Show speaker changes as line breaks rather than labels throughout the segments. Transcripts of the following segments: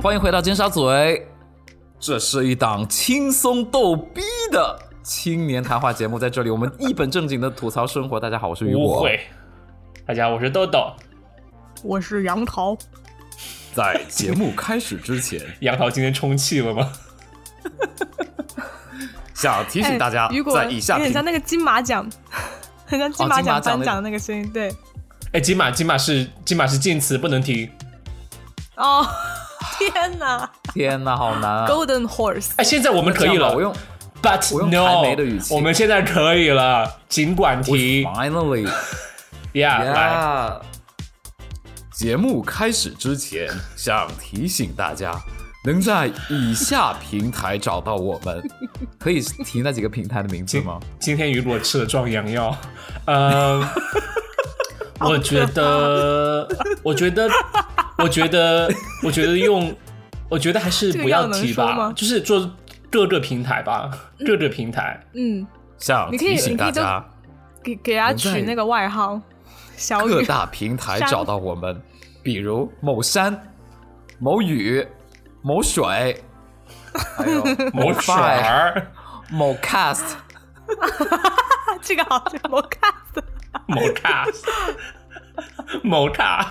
欢迎回到尖沙咀，这是一档轻松逗逼的青年谈话节目，在这里我们一本正经的吐槽生活。大家好，我是雨
误
果，
会。大家好，我是豆豆，
我是杨桃，
在节目开始之 前，
杨桃今天充气 了吗？
想提醒大家
哎雨果
在以下
有点
评
像那个金马奖，很像金
哦
马
金马
奖
奖
颁
那
奖的那个声音，对，
哎，金马金马是金马是禁词，不能提。
哦， 天哪
天呐，好难 啊！
，Golden Horse，
哎，现在我们可以
这样
了，
吧我用我
，But
用
no，
台媒的语气
我们现在可以了，尽管
我
提。
finally。
呀，来，
呀！节目开始之前，想提醒大家，能在以下平台找到我们，可以提那几个平台的名字
今
吗？
今天雨果吃了壮阳药， 呃，我觉得，我觉得，我觉得，我觉得用，我觉得还是
这个
不要
药能
提
说
吧
吗，
就是做各个平台吧，各个平台。
嗯，
想
你可以
提醒大家，
给给他取那个外号，小
各
雨，
大平台找到我们，比如某山、某雨、某水，还有
某水
Fi、
儿，
某 Cast。
啊这个好，这个我看的，
某卡，某卡。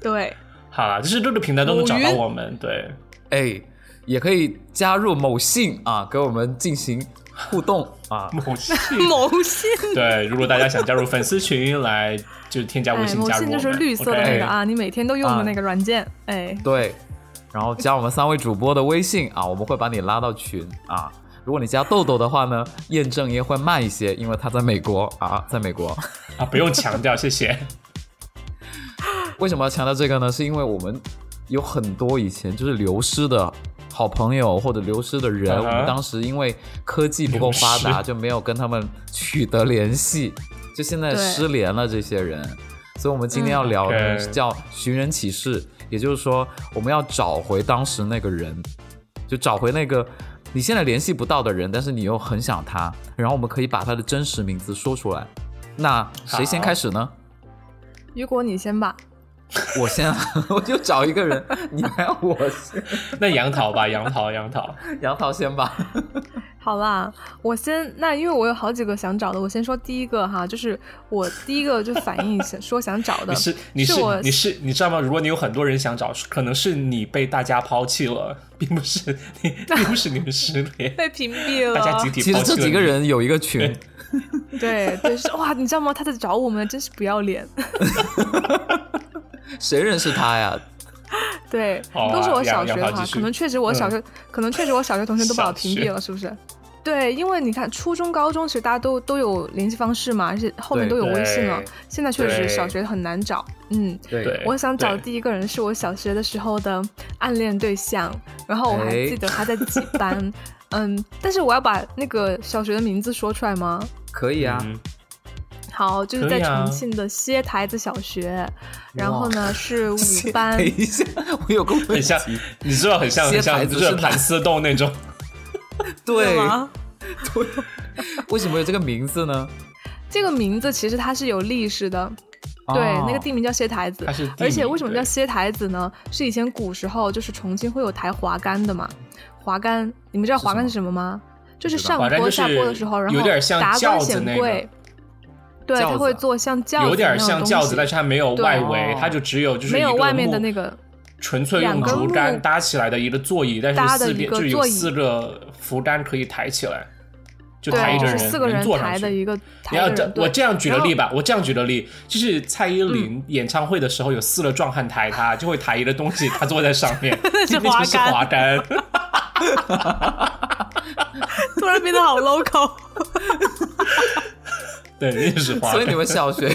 对，
好了，就是各个平台都能找到我们。对，
哎，也可以加入某信啊，跟我们进行互动啊。
某 信。
某信，
对，如果大家想加入粉丝群，来就添加微
哎，
信
某
加入
信
我们。
就是绿色的
OK
那个啊，你每天都用
啊
的那个软件，哎，
对，然后加我们三位主播的微信啊，我们会把你拉到群啊。如果你加豆豆的话呢，验证也会慢一些，因为他在美国啊，在美国。
啊，不用强调，谢谢。
为什么要强调这个呢？是因为我们有很多以前就是流失的好朋友或者流失的人
嗯哼
我们当时因为科技不够发达，
流失
就没有跟他们取得联系，就现在
对
失联了这些人。所以，我们今天要聊的
嗯
是
OK
叫“寻人启事”，也就是说，我们要找回当时那个人，就找回那个你现在联系不到的人，但是你又很想他，然后我们可以把他的真实名字说出来。那谁先
好
开始呢？
雨果你先吧，
我先 啊，我就找一个人，你来我先，
那杨桃吧，杨桃，杨 桃，
杨桃先吧。
好啦，我先那因为我有好几个想找的，我先说第一个哈，就是我第一个就反映想说想找的，
你是你
是
是
我
你是你知道吗？如果你有很多人想找，可能是你被大家抛弃了，并不是你， 并不是你们失联，
被屏蔽
大家集
了。
体
其
抛
实
弃了
这几个
你
人有一个群，
对对是哇，你知道吗？他在找我们，真是不要脸。
谁认识他呀？
对，
好啊
都是我小
杨
学
杨桃
哈
继，续嗯
可能确实我小学，可能确实我小学同学都把我屏蔽了，是不是？对，因为你看初中、高中，其实大家都都有联系方式嘛，而且后面
对
都有微信了
对。
现在确实
对
小学很难找，嗯。
对
我想找
对
第一个人是我小学的时候的暗恋对象，然后我还
哎
记得他在几班，嗯，但是我要把那个小学的名字说出来吗？
可以啊，
嗯
好，就是
可
在
以啊
重庆的歇台子小学，然后 呢是
切
五班
等，一下，我有个问
很
题
像，，你知道很像
歇
很
台
像，
子
就是是
哪
盘丝洞那种。
对
对吗？
对，为什么有这个名字呢？
这个名字其实它是有历史的， 对，
哦
那个地名叫歇台子
它是地，
而且
名
为什么
对
叫歇台子呢？是以前古时候就是重庆会有抬滑竿的嘛，滑竿，你们知道
是
滑竿
什
是什么吗？就是
不知道
上
滑竿
坡
就
下坡的
是
时候，然
有
后
点像
达
轿
官
子
显
那
贵，对，
轿
他会
子啊
做像轿子
有点
那种
像
东
轿子，
西哦
但是它没有外围
对，
它就竹只有就是
没有
一个
外面的
木
那个，
纯粹用
两根
竹
木
竿搭起来的一个座椅，但
搭
是
的
四
一
边
个
就有
座椅
四个扶杆可以抬起来，就抬一
对，
个
是
人
四个人
坐上
抬的
去。
一个
你
抬
要
的
这
人，
我
对
这样举个
然后嗯
例吧，我这样举个例，就是蔡依林演唱会的时候有四个壮汉抬她，就会抬一个东西，她坐在上面，
那
就
是滑
是
竿
滑杆，
突然变得好 local。
对，那 就是滑
所以你
杆。
们小 学，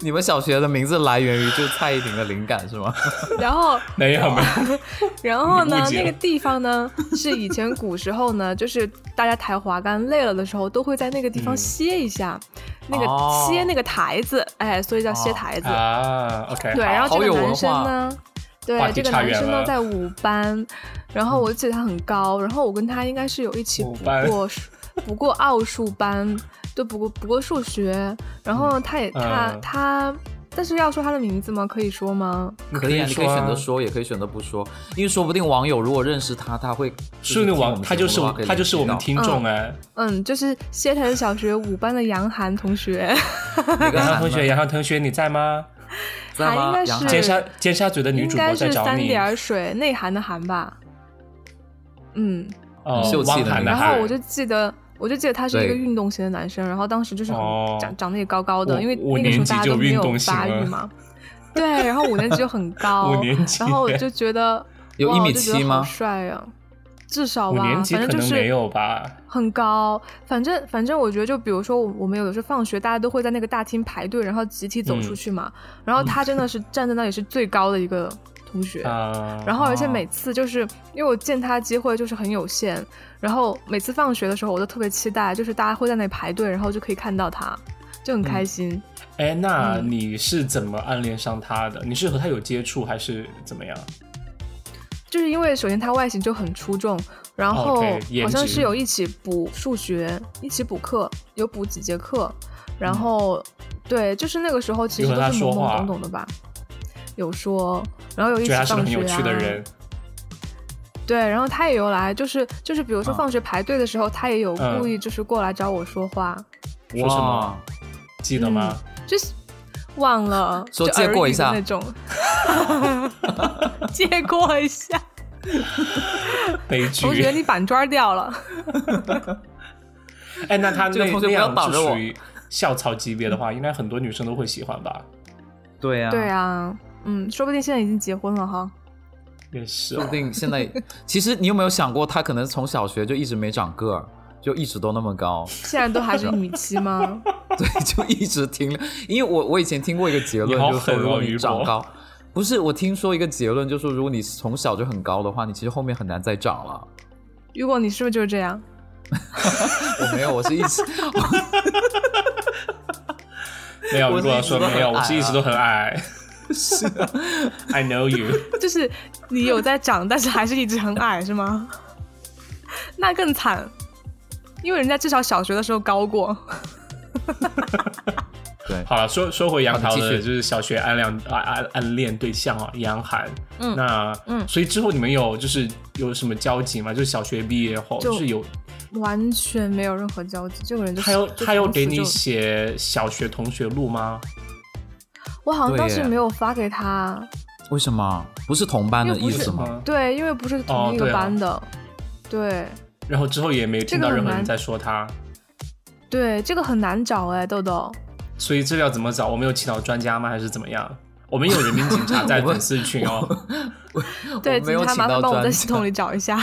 你们小学的名字来源于就蔡依林的灵感是吗？
然后
没有没有，
然后
你
呢
误，解
那
了
个地方呢，是以前古时候呢，就是大家抬滑竿累了的时候，都会在那个地方
嗯
歇一下，那个
哦
歇那个台子，哎，所以叫歇台子。
啊，OK，
对，
哦好
然后这
好有
个
文
男生
化
呢，
话
对，
题
这个
差
男
远
生呢
了
在五班，然后我记得他很高，然后我跟他应该是有一起
五
补
班
过数补过奥数班，就补过补过数学，然后呢，他也他
嗯
他但是要说他的名字吗？可以说吗？
可以啊，你可以
说
选择说，也可以选择不说，因为说不定网友如果认识他，他会就是
那
听我
网，
们
他
节
就
目
是
的话
我，
可以
他就是我们
联系
听众哎。
嗯，就是谢腾小学五班的杨涵同学，
到哪个
杨
韩
洋同学，
呢
杨洋同学，你在吗？
在吗？
应该
杨
是
涵
尖沙尖沙咀的女
应
主
该
播在
是
找
三
你，
点水内涵的涵吧。嗯，
哦
很秀，气
汪
的
涵
女
的
然
男
涵
后我就记得，我就记得他是一个
对
运动型的男生，然后当时就是很
哦
长长得也高高的，
五
因为
五
那个
年
时候
级
大家都
就
没
运
有
动型
发育
了
嘛。对，然后五年级 就很高，
五年级
然后我就觉得
有
哇
一
我
米
就觉得
七
好
吗
帅呀、至 少
五
吧，
年
反
级
正
可
就
能没
是
有吧。
很高。反正反正我觉得，就比如说我我们有的时候放学，大家都会在那个大厅排队，然后集体走
嗯
出去嘛。然后他真的是站在那里是最高的一个同学，
啊，
然后而且每次就是因为我见他机会就是很有限，然后每次放学的时候我都特别期待，就是大家会在那里排队，然后就可以看到他，就很开心。
哎，那
嗯
你是怎么暗恋上他的？你是和他有接触还是怎么样？
就是因为首先他外形就很出众，然后
哦对颜
好像
值
是有一起补数学，一起补课，有补几节课，然后、
嗯
对，就是那个时候其
有
实
和
都
他
是
说
懵
话
懵懂懂的吧，有说，然后有
觉
一起
得他
放
是
学啊，
个很有趣的人，
对，然后他也有来，就是就是比如说
嗯
放学排队的时候，他也有
嗯
故意就是过来找我说话，
说什么？
啊
记得吗？
就是忘了
说
就
借过
耳语
一下
的 那种，借过 一下，
悲
同学
剧。
你板砖掉了。
哎，那他
这个
那
同学不
那
要
样
挡
是
着我
属于校草级别的话，应该很多女生都会喜欢吧？
对呀、
对啊，嗯，说不定现在已经结婚了哈。
也是
说
哦
不，定现在，其实你有没有想过，他可能从小学就一直没长个儿，就一直都那么高，
现在都还是一米七 吗？
对，就一直停留。因为我我以前听过一个结
你
论，
好
就是说
狠哦
如果
于
你
博
长高，不是我听说一个结论，就是说如果你从小就很高的话，你其实后面很难再长了。
如果你是不是就是这样？
我没有，我是一直
没有，
我是
如果
一直
说
都
没
很
有，我
矮
是一直
啊
都很矮。
是啊
I know you。
就是你有在长，但是还是一直很矮，是吗？ 那更惨，因为人家至少小学的时候高过。
对，
好了，说说回杨桃
好你继
的，
续
就是小学暗恋啊暗暗恋对象啊，杨涵。
嗯
那
嗯
所以之后你们有就是有什么交集吗？就是小学毕业后，
就
就是有
完全没有任何交集，这个人就
他有
就
他有
从此
给你
就
写小学同学录吗？
我好像当时
对耶
没有发给他，
为什么不是同班的
因为
意
不是
思吗？
吗？
对，因为不是
哦
同一
对
个
啊
班的，
啊
对
然后之后也没听到
这个很
任何人
难
在说他，
对，这个很难找哎，豆豆，
所以这个要怎么找？我们有请到专家吗？还是怎么样？我们有人民警察在
我们
粉丝群哦，
对，
我没
警
有
察
请
麻烦
到
帮我在
专
系
家
统里找 一下。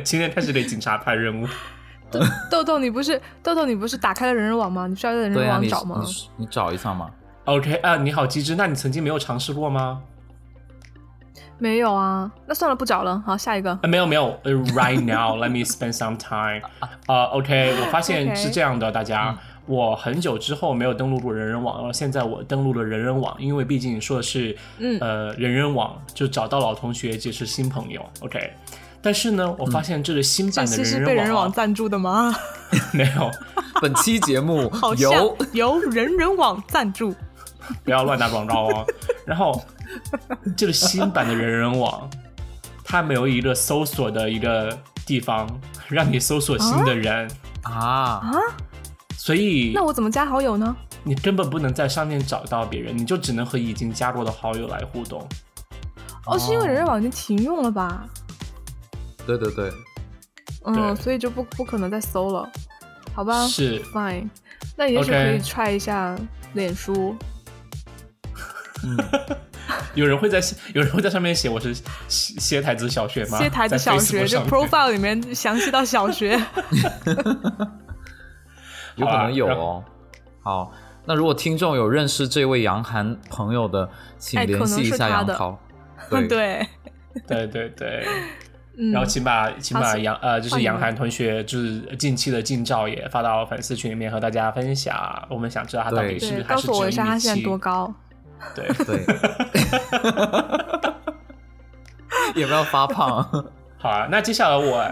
今天开始给警察派任务。
豆豆豆，你不是豆豆，你不是打开了人人网吗？你需要在人
对
人
呀、
网
你
找吗？
你你找一下嘛。
OK 啊，你好机智，那你曾经没有尝试过吗？
没有啊，那算了，不找了。好，下一个。
呃，没有没有呃，right now let me spend some time 啊、o k 我发现
OK
是这样的，大家。我很久之后没有登录过人人网，然后现在我登录了人人网，因为毕竟说的是，
嗯
呃，人人网就找到老同学，结识新朋友，OK。但是呢，我发现这个新
嗯这
版的
期
人
是
人网,、
被
啊
人人网赞助的吗？
没有，
本期节目
好像
由
由人人网赞助。
不要乱打广告哦。然 后这个新版的人人网，它没有一个搜索的一个地方让你搜索新的人，
啊，
所以
那我怎么加好友呢？
你根本不能在上面找到别人，你就只能和已经加过的好友来互动。
哦，是因为人人网已经停用了吧？
对对对，
对
嗯，所以就不不可能再搜了，好吧
是，
？Fine，那也许
OK
可以 try 一下脸书。
有人会在有人会在上面写我是歇歇台子小学吗？
些台子小
在
学，
Facebook
就
上面
profile 里面详细到小学。
有可能有
好啊
哦。好，那如果听众有认识这位杨涵朋友的，请
哎可
联
能
系一
是
下
他
杨
的
涛。
对，
对对对，
嗯
然后请把请
好
把
是
杨呃就是
换你
杨
了
涵同学就是近期的近照也发到粉丝群里面和大家分享，我们想知道他到
对
底是不是
对，
还
告
是
诉我一
只
下
有一
他
米
现在
七
多？高。
对，
对， 有没有发 胖？
好啊，那接下来我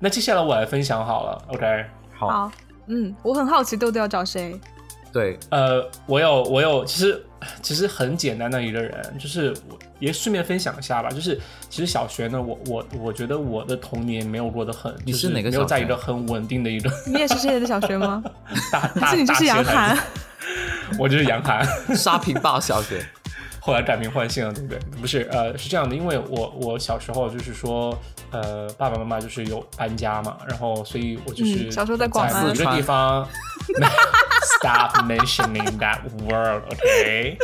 那接下来我来分享好了，OK。
好，
好，嗯，我很好奇豆豆要找谁。
对，
呃，我有我有，其实其实很简单的一个人，就是我也顺便分享一下吧，就是其实小学呢，我我我觉得我的童年没有过得很，
你
就是
哪个
没有
小
在
学啊
一个很稳定的一个
你也是世界的小学吗？
大
还
大
是你就
大
是
学
杨
来
涵
着？ 我就是杨涵。
沙坪坝小 学，
后来改名换姓了，对不对？不是，呃，是这样的，因为我我小时候就是说，呃，爸爸妈妈就是有搬家嘛，然后所以我就是、
嗯小时候在广安
某一个地 方，stop mentioning that word，OK，、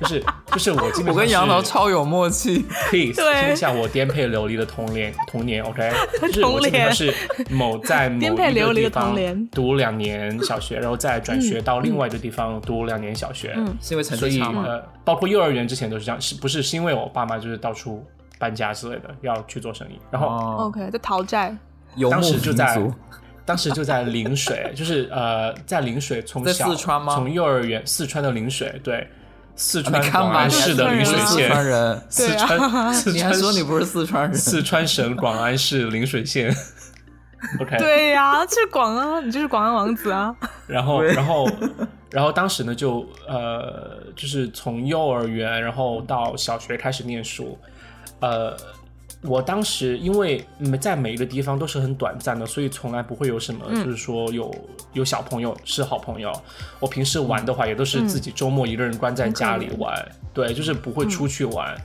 就是就是我基本
我
上
跟杨桃
桃
超有默 契。
please
对
听一下我颠沛流离的童年童年，OK，就是我基本上是某 在某
颠沛
一
流
个
离
地
的童
方
年
读两年小学，然后再转学到另外一个地方读两年小学，
嗯
是因为成
所
绩
以
差吗？
呃，包括幼儿园之前都是这样，是不是是因为我爸妈就是到处搬家之类的，要去做生意，然后、
哦，
OK，在讨债，
游牧
呃当时就
民
在
族，
当时就在陵水，就是呃在陵水从
在
小
四川吗啊
从幼儿园四川的陵水，对，四川
你看
广
吧
安
你还
市的
说
陵
人
水
家
四
县，
川人，
四
对啊
川四
你还
川
说你
省
不是四川人？
四川省广安市陵 水县 ，OK，
对呀、去广安，你就是广安王子啊！
然后，然后，然后当时呢，就呃，就是从幼儿园，然后到小学开始念书。呃，我当时因为嗯在每一个地方都是很短暂的，所以从来不会有什么，就是说有有小朋友是好朋友。我平时玩的话，也都是自己周末一个人关在家里玩，对，就是不会出去玩。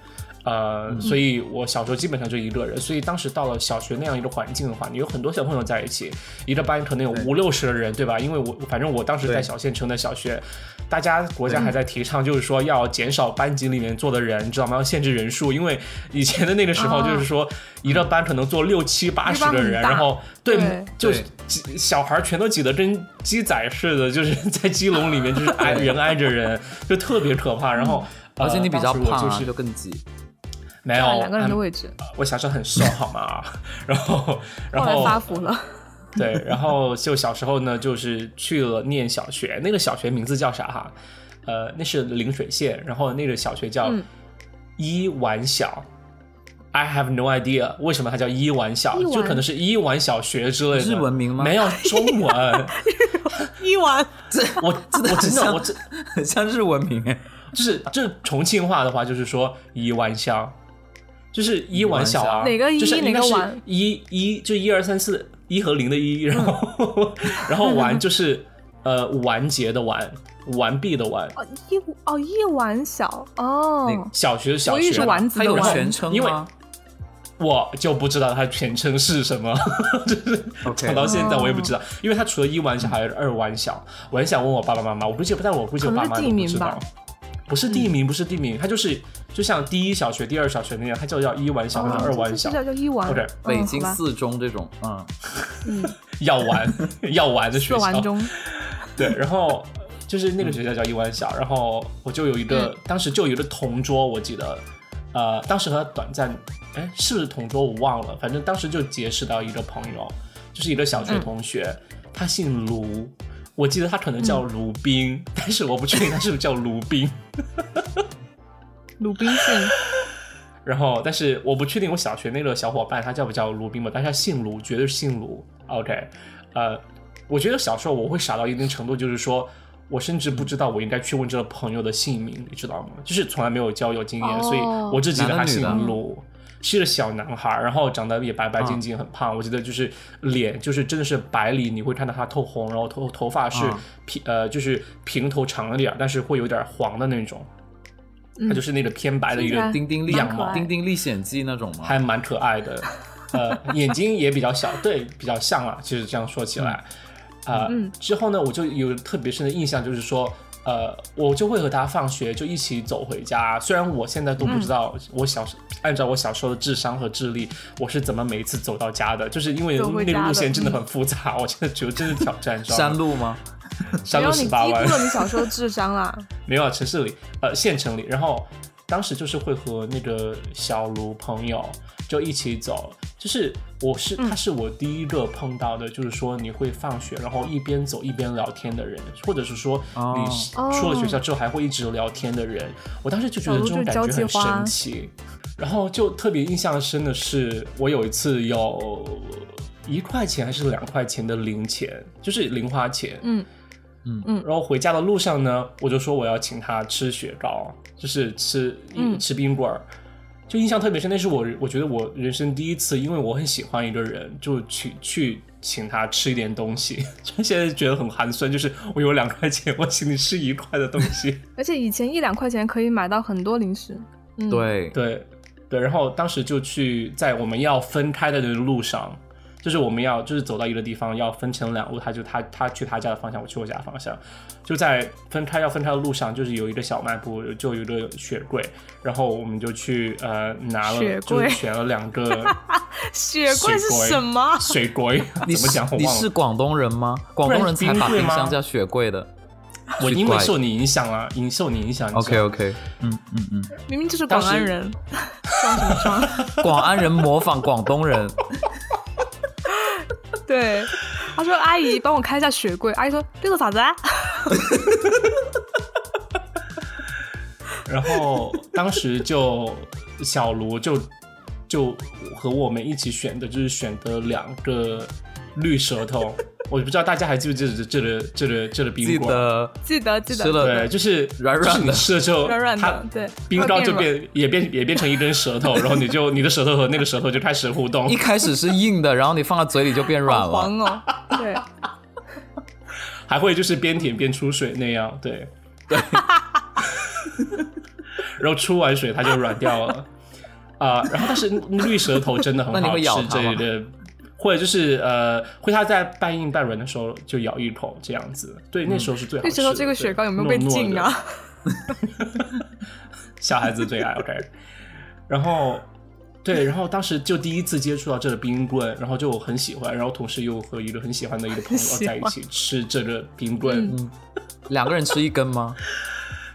呃，
嗯
所以我小时候基本上就一个人，所以当时到了小学那样一个环境的话，你有很多小朋友在一起，一个班可能有五六十个人，对吧？因为我反正我当时在
对
小县城的小学，大家国家还在提倡就是说要减少班级里面坐的人，知道吗？要限制人数，因为以前的那个时候
啊
就是
哦
说一个班可能坐六七八十
一般
个
很
人，
大
然后对
对
就是挤小孩全都挤得跟鸡仔似的，就是在鸡笼里面就是挨人挨着人，就特别可怕。然后
嗯
呃
而且你比较
当时我
胖
就
啊，
是
就更挤。
没有
占了啊两个人的
嗯
位置，
我小时候很瘦，好吗？ 然后，然
后来发
后
福了。
对，然后就小时候呢，就是去了念小学，那个小学名字叫啥哈？呃，那是陵水县，然后那个小学叫
嗯
伊丸小。I have no idea 为什么它叫伊丸小，
伊丸
就可能是伊丸小学之类的
日文名吗
没有中 文，
一晚
这
我我真的
像
我真
很像日文名哎，
就是这重庆话的话，就是说一玩笑，就是一玩笑啊，
哪个一
就是应该是
哪个玩
一一就一二三四一和零的一，然
嗯
后、 然后完就是呃完结的完，完毕的完，
哦一哦一晚小哦，
小学小
我以为
学
是丸子
它
的
有
丸，
全称
因为
吗
我就不知道它全称是什么，就是讲
？OK，
嗯
到现在我也不知道，
哦
因为它除了一玩小还有二玩小，我很想问我爸爸妈妈，我估计但我估计我爸妈都不知道，不是地
嗯
名，不是地名，它就是就像第一小学、第二小学那样，它就叫一玩小或者
哦
二玩小
这，叫叫一晚。
OK，
嗯
北京
好吧
四中这种，嗯，
嗯，
要玩要玩的学校
四晚，中
对，然后就是那个学校叫一湾小，然后我就有一个，当时就有一个同桌，我记得，呃，当时和他短暂，哎，是不是同桌我忘了，反正当时就结识到一个朋友，就是一个小学同学，他姓卢，我记得他可能叫卢冰，但是我不确定他是不是叫卢冰，
鲁滨逊，
然后，但是我不确定我小学那个小伙伴他叫不叫卢宾吧，但是他姓卢，绝对是姓卢。OK，呃，我觉得小时候我会傻到一定程度，就是说我甚至不知道我应该去问这个朋友的姓名，你知道吗？就是从来没有交友经验，
哦
所以我只记得他姓
男的女
卢，是个小男孩，然后长得也白白净净，很胖。我记得就是脸就是真的是白里，你会看到他透红，然后头头发是
嗯
平、呃就是平头长了点儿，但是会有点黄的那种。
嗯
他就是那个偏白的一
听起
个
来
丁丁历
嗯蛮可爱
丁丁历险记那种吗？
还蛮可爱 的，呃，眼睛也比较小，对，比较像啊。其实这样说起来，啊、
嗯
之后呢，我就有特别深的印象，就是说，呃，我就会和他放学就一起走回家。虽然我现在都不知道
嗯
我小时、按照我小时候的智商和智力，我是怎么每一次走到家的，就是因为
走回
那
家
个
的嗯
路线真的很复杂，我真的觉得真是挑战，知道
山
吗
路吗？
山
没
路
有
十
你低
八
估
弯。
了你小时候智商啦。
没有啊，城市里，呃，县城里。然后当时就是会和那个小卢朋友就一起走，就是我是
嗯
他是我第一个碰到的，就是说你会放学然后一边走一边聊天的人，或者是说
哦
你是出了学校之后还会一直聊天的人。我当时就觉得这种感觉
小卢就是交
很
际花
神奇。然后就特别印象深的是，我有一次有一块钱还是两块钱的零钱，就是零花钱，
嗯
嗯
嗯
然后回家的路上呢，我就说我要请他吃雪糕，就是吃
嗯
吃冰棍儿。就印象特别深，那是我我觉得我人生第一次，因为我很喜欢一个人，就去去请他吃一点东西。 就现在觉得很寒酸，就是我有两块钱，我请你吃一块的东西。
而且以前一两块钱可以买到很多零食。嗯，，
对，
对对，然后当时就去在我们要分开的那个路上，就是我们要就是走到一个地方要分成两路，他就他他去他家的方向，我去我家的方向，就在分开要分开的路上，就是有一个小卖部，就有一个雪柜，然后我们就去呃拿了
雪
就是
柜
选了两个
雪
水
柜是
柜
什么？
水柜，
你
怎么
是
讲我
你
忘
是
了，
广东人吗？广东人才把
冰
冰
柜吗
箱叫雪柜的。
我因为
怪
受你影响了，因受你影响你知
OK
道
OK，嗯嗯嗯，
明明就是
当
广
时
安人，装什么装？
广安人模仿广东人，
对，他说阿姨帮我开一下雪柜，阿姨说这个啥子啊？
然后当时就小卢就就和我们一起选的，就是选的两个绿舌头。我不知道大家还记不记得这个这个这个
记
冰棍？
得
记得记得，
吃了
对，就是
软软的
就是你吃了之后，
软软的
它
对
冰糕
会变
就变也变也变成一根舌头，然后你就你的舌头和那个舌头就开始互动
一。开始是硬的，然后你放到嘴里就变软
好
了。
黄哦，对，
还会就是边舔边出水那样，对，对，然后出完水它就软掉了，啊、然后但是绿舌头真的很
那你
好
会咬
吃，
它
这
吗
里的，或者就是呃，会它在半硬半软的时候就咬一口这样子，对，那时候是最好吃的。
那时候这个雪糕有没有
对
被
糯
禁？
糯的
啊？
小孩子最爱 OK。然后，对，然后当时就第一次接触到这个冰棍，然后就很喜欢，然后同时又和一个很喜欢的一个朋友
喜
在
欢
一起吃这个冰棍，
嗯
两个人吃一根吗？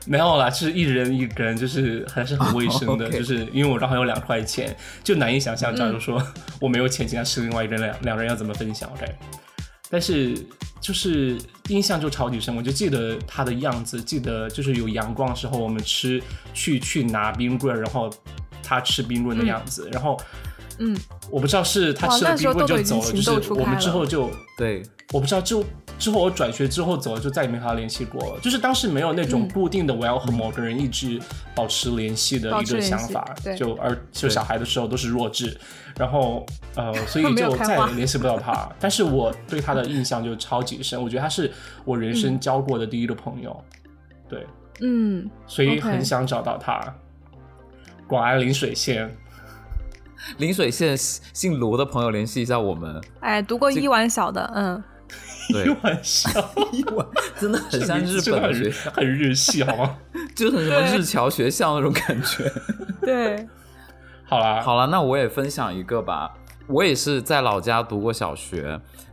没有啦，就是一人一根，就是还是很卫生
哦
的。
Oh,
，OK
就是因为我刚好有两块钱，就难以想象，假
嗯
如说我没有钱请他吃另外一根，两两人要怎么分享？OK，但是就是印象就超级深，我就记得他的样子，记得就是有阳光的时候，我们吃去去拿冰棍，然后他吃冰棍的样子，然后
嗯，
我不知道是他吃了
哇哦那时
冰
候
棍
豆
就
豆已经
走了，
情窦
就是
初
我
开
们
了
之后就
对，
我不知道，就之后我转学之后走了，就再也没和他联系过了。就是当时没有那种
嗯
固定的我要和某个人一直保持联系的
保
一
持
个想
联系
法，
对
就而就小孩的时候都是弱智，然后呃，所以
没有
就
开
再也
花
联系不到他。但是我对他的印象就超级深，我觉得他是我人生交过的第一个朋友，对，
嗯，
所以
OK
很想找到他。广安陵水县，
陵水县姓卢的朋友联系一下我们。
哎，读过一碗小的，嗯，
开
对，
玩 笑，
真的很像日
这
本
名
的学
字真的
校，
很很日系，好吗？
就是什么
对
日侨学校那种感觉。
对，
好 啦，
好了，那我也分享一个吧。我也是在老家读过小学，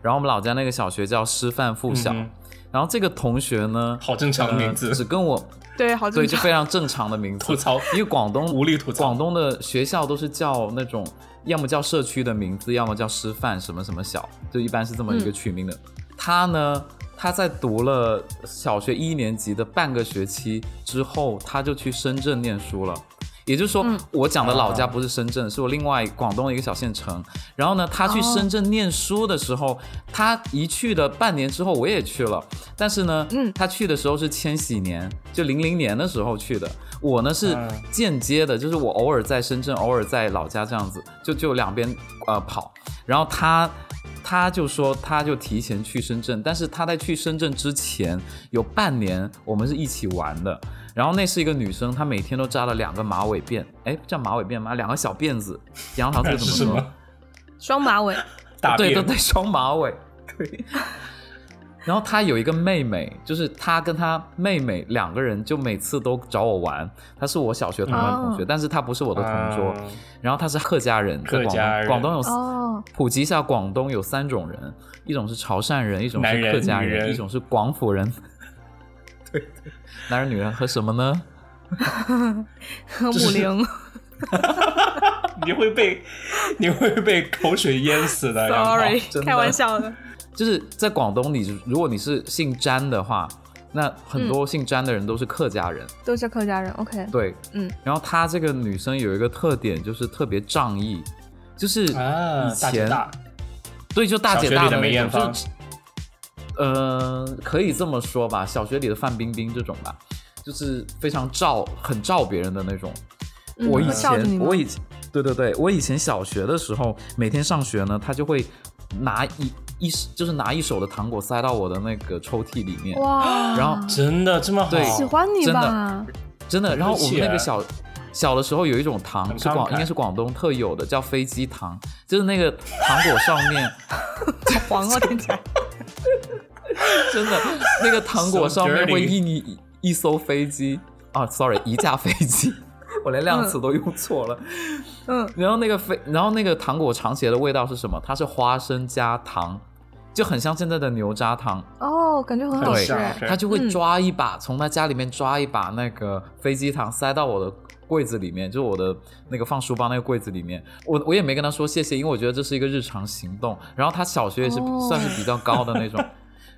然后我们老家那个小学叫师范附小，
嗯
然后这个同学呢，
好正常的名字
呃只跟我
对，好
对
正
就
常，
非常正常的名 字
吐。槽
因为广东
无力吐槽
广东的学校都是叫那种，要么叫社区的名字，要么叫师范什么什么小，就一般是这么一个取名的。他呢，他在读了小学一年级的半个学期之后，他就去深圳念书了。也就是说，
嗯
我讲的老
啊
家不是深圳，是我另外广东的一个小县城。然后呢，他去
哦
深圳念书的时候，他一去的半年之后，我也去了。但是呢，
嗯
他去的时候是千禧年，就零零年的时候去的。我呢是
嗯
间接的，就是我偶尔在深圳，偶尔在老家这样子，就就两边呃跑。然后他他就说他就提前去深圳，但是他在去深圳之前有半年我们是一起玩的。然后那是一个女生，她每天都扎了两个马尾辫，哎，叫马尾辫吗？两个小辫子，杨桃这个怎么
是什
说？
么
双马 尾，
大
对
便？
对对，双马尾，对。然后他有一个妹妹，就是他跟他妹妹两个人，就每次都找我玩。他是我小学同班同学，
哦
但是他不是我的同桌。
嗯
然后他是客家人，在
客
广
家
东
人
广东有、
哦
普及一下，广东有三种人，一种是潮汕人，一种
男
是
人
客家
女人
一种是广府 人。对对，男人女人和什么呢？
母零，
你会被你会被口水淹死的。杨桃
sorry，
哎真的
开玩笑的，
就是在广东你，如果你是姓詹的话，那
嗯
很多姓詹的人都是客家人。
都是客家人，OK，
对，
嗯，
然后她这个女生有一个特点，就是特别仗义，就是
啊，
以
大姐
前、
大，
对就大姐大
小学里的梅
那
艳
种，
芳
就是呃，可以这么说吧，小学里的范冰冰这种吧，就是非常照、很照别人的那种。
嗯
我以
会罩着你
前，
吗
我以前，对对对，我以前小学的时候，每天上学呢，他就会拿一一就是拿一手的糖果塞到我的那个抽屉里面，
哇，
然后
真的这么好？
对
喜欢你
哦真的
吧？
真的。然后我们那
很
个
有
小小的时候有一种糖
很
是
慷
广
慨
应该是广东特有的，叫飞机糖，就是那个糖果上面
好黄哦，听起来。
真的那个糖果
So
上面
dirty
会印一一艘飞机啊，sorry，一架飞机， 我连量词都用错了。
嗯，
然后那个飞，然后那个糖果长茄的味道是什么？它是花生加糖，就很像现在的牛轧糖，
哦，感觉很好
对啊
吃哎。
对
他就会
嗯
抓一把，从他家里面抓一把那个飞机糖塞到我的柜子里面，就是我的那个放书包那个柜子里面。我我也没跟他说谢谢，因为我觉得这是一个日常行动。然后他小学也是、
哦
算是比较高的那 种。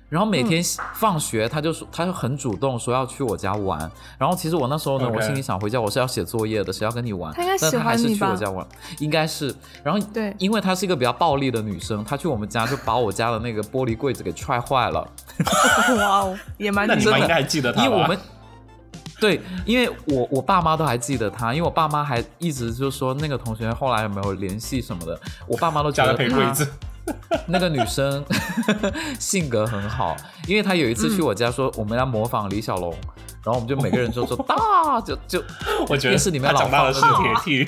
然后每天放学，他就说，他就很主动说要去我家玩。然后其实我那时候呢
OK
我心里想回家，我是要写作业的，谁要跟你玩？
他应该
但
喜
他
欢
还是
你
去我
吧
家玩，应该是。然后
对
因为她是一个比较暴力的女生，她去我们家就把我家的那个玻璃柜子给踹坏了。啊
哇哦，野蛮
那
女
你
真
妈
的
应该还记得他
因
吧？
为我们对，因为我我爸妈都还记得他，因为我爸妈还一直就说那个同学后来有没有联系什么的，我爸妈都觉
加了
得
赔柜
他
子，
那个女生 性格很好，因为她有一次去
嗯
我家说我们要模仿李小龙，然后我们就每个人就说大就就
我觉得
电视里面
他
老
长大
放
了
那
是
种
铁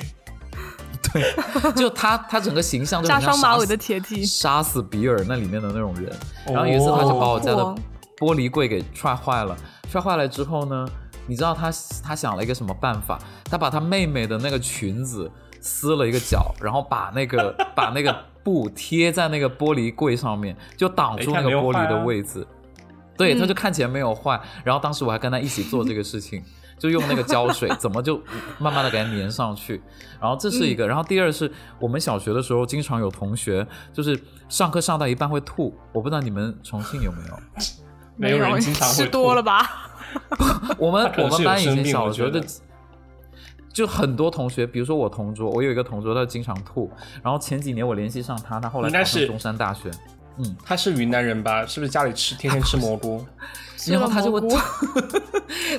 T，
就她她整个形象就
扎
很像
双马
杀
尾的
死
铁蹄，
杀死比尔那里面的那种人， 然后有一次他就把我家的
哦
玻璃柜给踹坏了，踹坏了之后呢，你知道他他想了一个什么办法？他把他妹妹的那个裙子撕了一个角，然后把那个把那个布贴在那个玻璃柜上面，就挡住那个玻璃的位置。对，
嗯
他就看起来没有坏，然后当时我还跟他一起做这个事情， 就用那个胶 水，怎么就慢慢的给它粘上去。然后这是一
嗯
个，然后第二是我们小学的时候，经常有同学就是上课上到一半会吐，我不知道你们重庆有没 有？
没有人经常会
吃
吐
多了吧？
我们
他可
我们
能是有
班以
生
前
病
小
我
学
觉
的
得，
就很多同学，比如说我同桌，我有一个同桌，他经常吐。然后前几年我联系上他，他后来
应该
考上
是
中山大学，
他是云南人吧？是不是家里吃天天吃蘑菇？
吃
然后
了
他就会
蘑
吐
菇，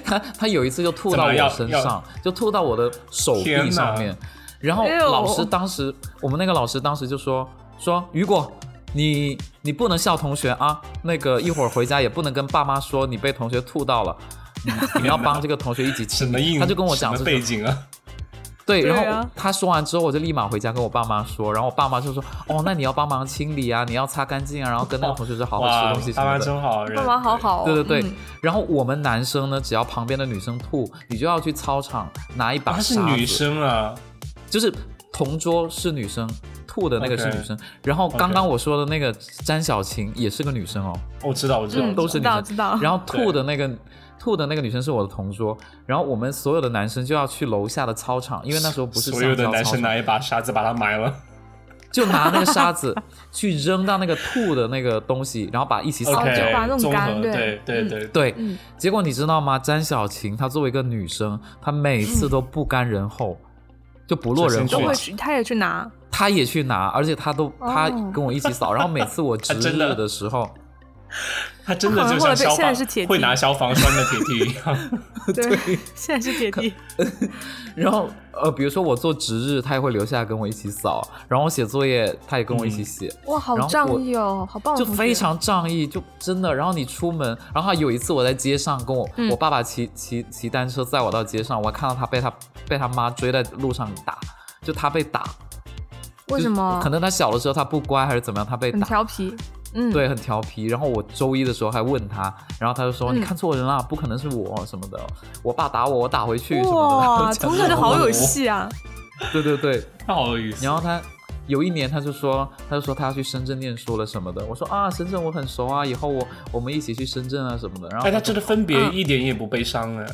他他有一次就吐
怎
到
么
我
要
身
要
上，就吐到我的手
天
臂
哪
上面。然后
哎呦
老师当时，我们那个老师当时就说说雨果。你你不能笑同学啊！那个一会儿回家也不能跟爸妈说你被同学吐到了，嗯你你要帮这个同学一起
什
清
么
理。
硬？
他就跟我讲
什
这种
么背景啊？
对，
对
然
啊
后他说完之后，我就立马回家跟我爸妈说，然后我爸妈就说：“哦，那你要帮忙清理啊，你要擦干净啊，然后跟那个同学说好好吃
哇
东西，什
爸妈
么的。
真好人，
爸妈好好哦。
对对对，
嗯
然后我们男生呢，只要旁边的女生吐，你就要去操场拿一把
她
沙
哦是
子，
女生啊，
就是同桌是女生，吐的那个是
OK
女生。然后刚刚我说的那个詹小琴也是个女生哦，
我知道，我知道，
嗯
都是
知
女
道
生，
知道
然后吐的那个吐的那个女生是我的同桌，然后我们所有的男生就要去楼下的操场，因为那时候不是
所有的
橡胶
男
操
生
场
拿一把沙子把它埋了，
就拿那个沙子去扔到那个吐的那个东西，然后把一起扫
OK，
掉。
就把它弄
综
干
合，
对
对对对，
对，
嗯
结果你知道吗？詹小琴她作为一个女生，她每次都不甘人后，就不落人
首
都
后
先
会，去，他也去 拿。
她也去拿，而且她
哦
都她跟我一起扫。然后每次我值
她啊真的
日的时候，
他真的就像消
她可
防
能会被现在是铁梯
会拿消防栓的铁梯一样，
对，现在是铁蹄，
然后呃，比如说我做值日，她也会留下来跟我一起扫，然后我写作业，她也跟我一
嗯
起写。
哇，好
然后
仗
我
义哦，好棒的
就
同学，
非常仗义，就真的。然后你出门，然后还有一次我在街上跟我、
嗯
我爸爸骑骑骑单车载我到街上，我还看到他被他被他妈追在路上打，就他被打。
为什么
就可？能他小的时候他不乖还是怎么样，他被
很
打。
调皮，嗯，
对，很调皮。然后我周一的时候还问他，然后他就说：“
嗯
你看错人了，不可能是我什么的，我爸打我，我打回去什么
哇，
的。”
从小就好有戏 啊！
对对 对，
太好有意思
然。后他有一年他就说，他就说他要去深圳念书了什么的。我说啊，深圳我很熟啊，以后我我们一起去深圳啊什么的。然后
哎，他真的分别
嗯
一点也不悲伤哎，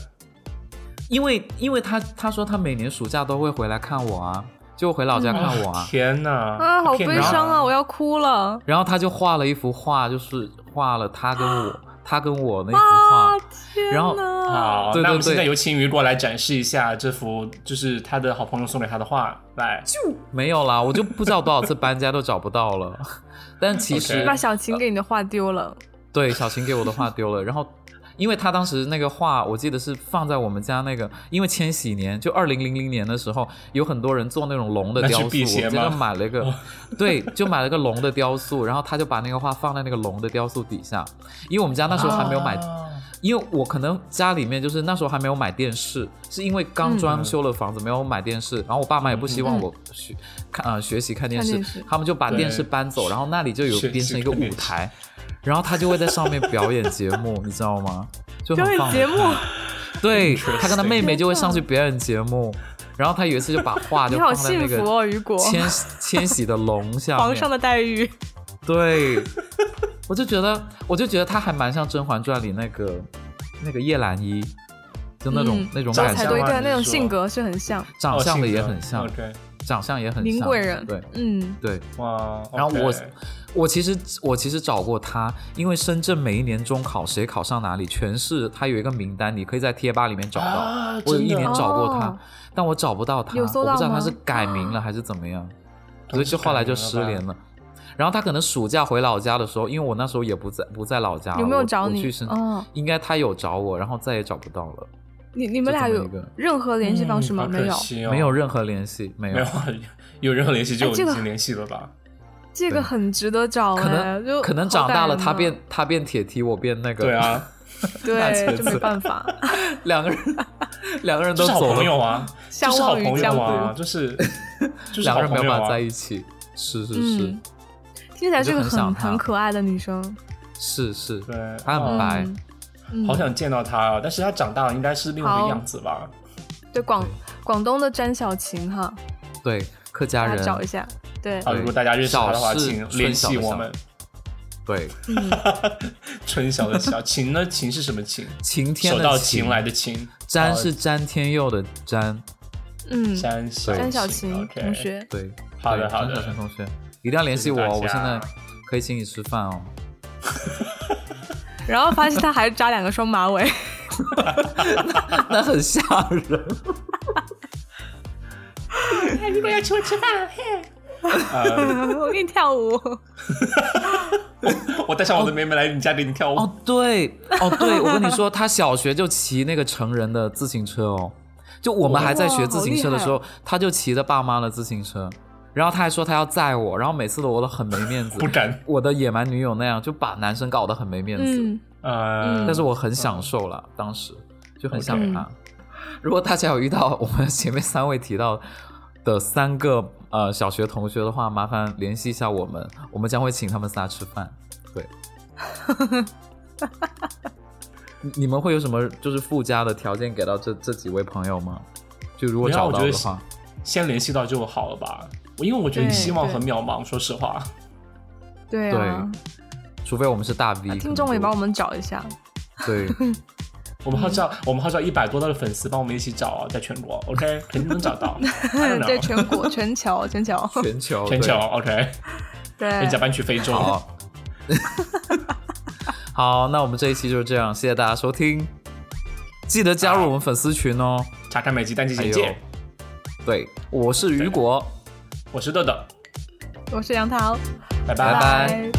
因为因为他他说他每年暑假都会回来看我啊，就回老家看我 啊。
天哪！
啊，好
骗你
悲伤啊，
啊！
我要哭了
然后他就画了一幅画，就是画了他跟我他跟我那幅画
啊！。天
然后
哪，
好，
对对
那我
对
们现在有请雨果来展示一下这幅，就是他的好朋友送给他的画，来，
没有啦，我 就不知道多少次搬家都找不到了。但其实
把小琴给你的画丢了，
对，小琴给我的画丢了，然后。因为他当时那个画，我记得是放在我们家那个，因为千禧年就二零零零年的时候，有很多人做那种龙的雕塑，
那是辟邪
我
吗
记得买了一个，对，就买了个龙的雕塑，然后他就把那个画放在那个龙的雕塑底下，因为我们家那时候还没有买，
啊
因为我可能家里面就是那时候还没有买电视，是因为刚
嗯
装修了房子没有买电视，然后我爸妈也不希望我学看呃学习看电
看
视
电视，
他们就把
对
电视搬走，然后那里就有
学习
变成一个
看
舞
电视
台，然后他就会在上面表演节目，你知道吗？就很
表演
放
节目，
对
Interesting
他跟他妹妹就会上去表演节目，然后他有一次就把画就
你
放
好
在那
幸
个
福哦，雨果，
千千禧的龙下面，
皇上的待遇。
对，我就觉得我就觉得他还蛮像《甄嬛传》里那个那个叶澜依，就那种、
嗯
那种
长
感
才
相
觉
对，
啊
对，
你
那种
是
性
说
格是很像
长
哦
相的
性
也
格
很像，
OK，
长相也很像，
林贵人，
对
嗯，
对。
哇。
然后我
OK
我其实我其实找过他，因为深圳每一年中考谁考上哪里，全市他有一个名单，你可以在贴吧里面找到。
啊
我有
真
一
的
年找过他，
哦
但我找不到他，
有搜到
我不知道
吗
他是改名了还是怎么样，所以就后来就失联
了
了。然后他可能暑假回老家的时候，因为我那时候也不在不在老家了，
有没有找
我我
你
去？深
哦，
应该他有找我，然后再也找不到了，
你你们俩
就这
有
么一个嗯
任何联系方式吗？没有，
有
没有任何联系，没有
哦没有有任何联系就
哎
已
这个
经联系了吧？
这个
对
很值得找
可
哎，就
能可能
好
长大
感啊
了，
人
他
呢
变他变铁梯，我变那个，
对， 啊，
大茄
对，就没
子
办法，
两 个人两个人
就
都
是好
走
朋
了，
友啊，
相
就是好
忘于
朋
江
友
湖。
啊，就是 就是
两
好
个人没
朋
有
友
办法
啊
在一起，是是是
嗯，听起来
我就是
个
很想
很
他
很可爱的女生，
是是，
对，
他很
哦
白，
嗯嗯
好想见到他啊！但是他长大了应该是另外一个
好
样子吧？
对广广东的詹小琴哈，
对，客家
大家
人，
找一下，对，
啊，
对
如果大家认识他的话，
小是
请联系我们。
对，
嗯，
春晓的 晓，晴呢？晴是什么晴？
晴天
手到
的
擒来的擒，
詹是詹天佑的詹，
嗯，
山小
对
詹小
晴
琴
OK
同学，
对，
好的
对
好
张小
的
泉同学，一定要联系我，
谢谢
我
大
现
家
在可以请你吃饭哦。
然后发现她还扎两个 双马尾，
那很吓人，
哎如果要请我吃饭，嘿。呃，
我给你跳舞，
我带上我的妹妹来你家给你跳舞。
哦对，哦对，我跟你说，他小学就骑那个成人的自行车哦，就我们还在学自行车的时候，他就骑着爸妈的自行车，然后他还说他要载我，然后每次都我都很没面子
不，敢，
我的野蛮女友那样就把男生搞得很没面子，
嗯，
呃，
但是我很享受了，当时就很想
OK
他。如果大家有遇到我们前面三位提到的三个呃小学同学的话，麻烦联系一下我们，我们将会请他们仨吃饭。对， 你你们会有什么就是附加的条件给到这这几位朋友吗？就如果
没有啊
找
我
到
觉得
的话，
先联系到就好了吧？我因为我觉得你
对
希望
对
很渺茫，说实话。
对啊，
除非我们是大 V，、
听众也帮我们找一下，
对
我们号召、我们号召一百多的粉丝帮我们一起找啊，在全国，OK，肯 定能找到。I don't know
对，全国、全球、全球，
全球
全
对
球，OK，
对
人家，搬去非洲。
好， 好，那我们这一期就是这样，谢谢大家收听，记得加入我们粉丝群哦。
查看每集单集
还
简
有
介，，
对，我是雨果，
我是豆豆，
我是杨桃，
拜
拜
拜
拜
拜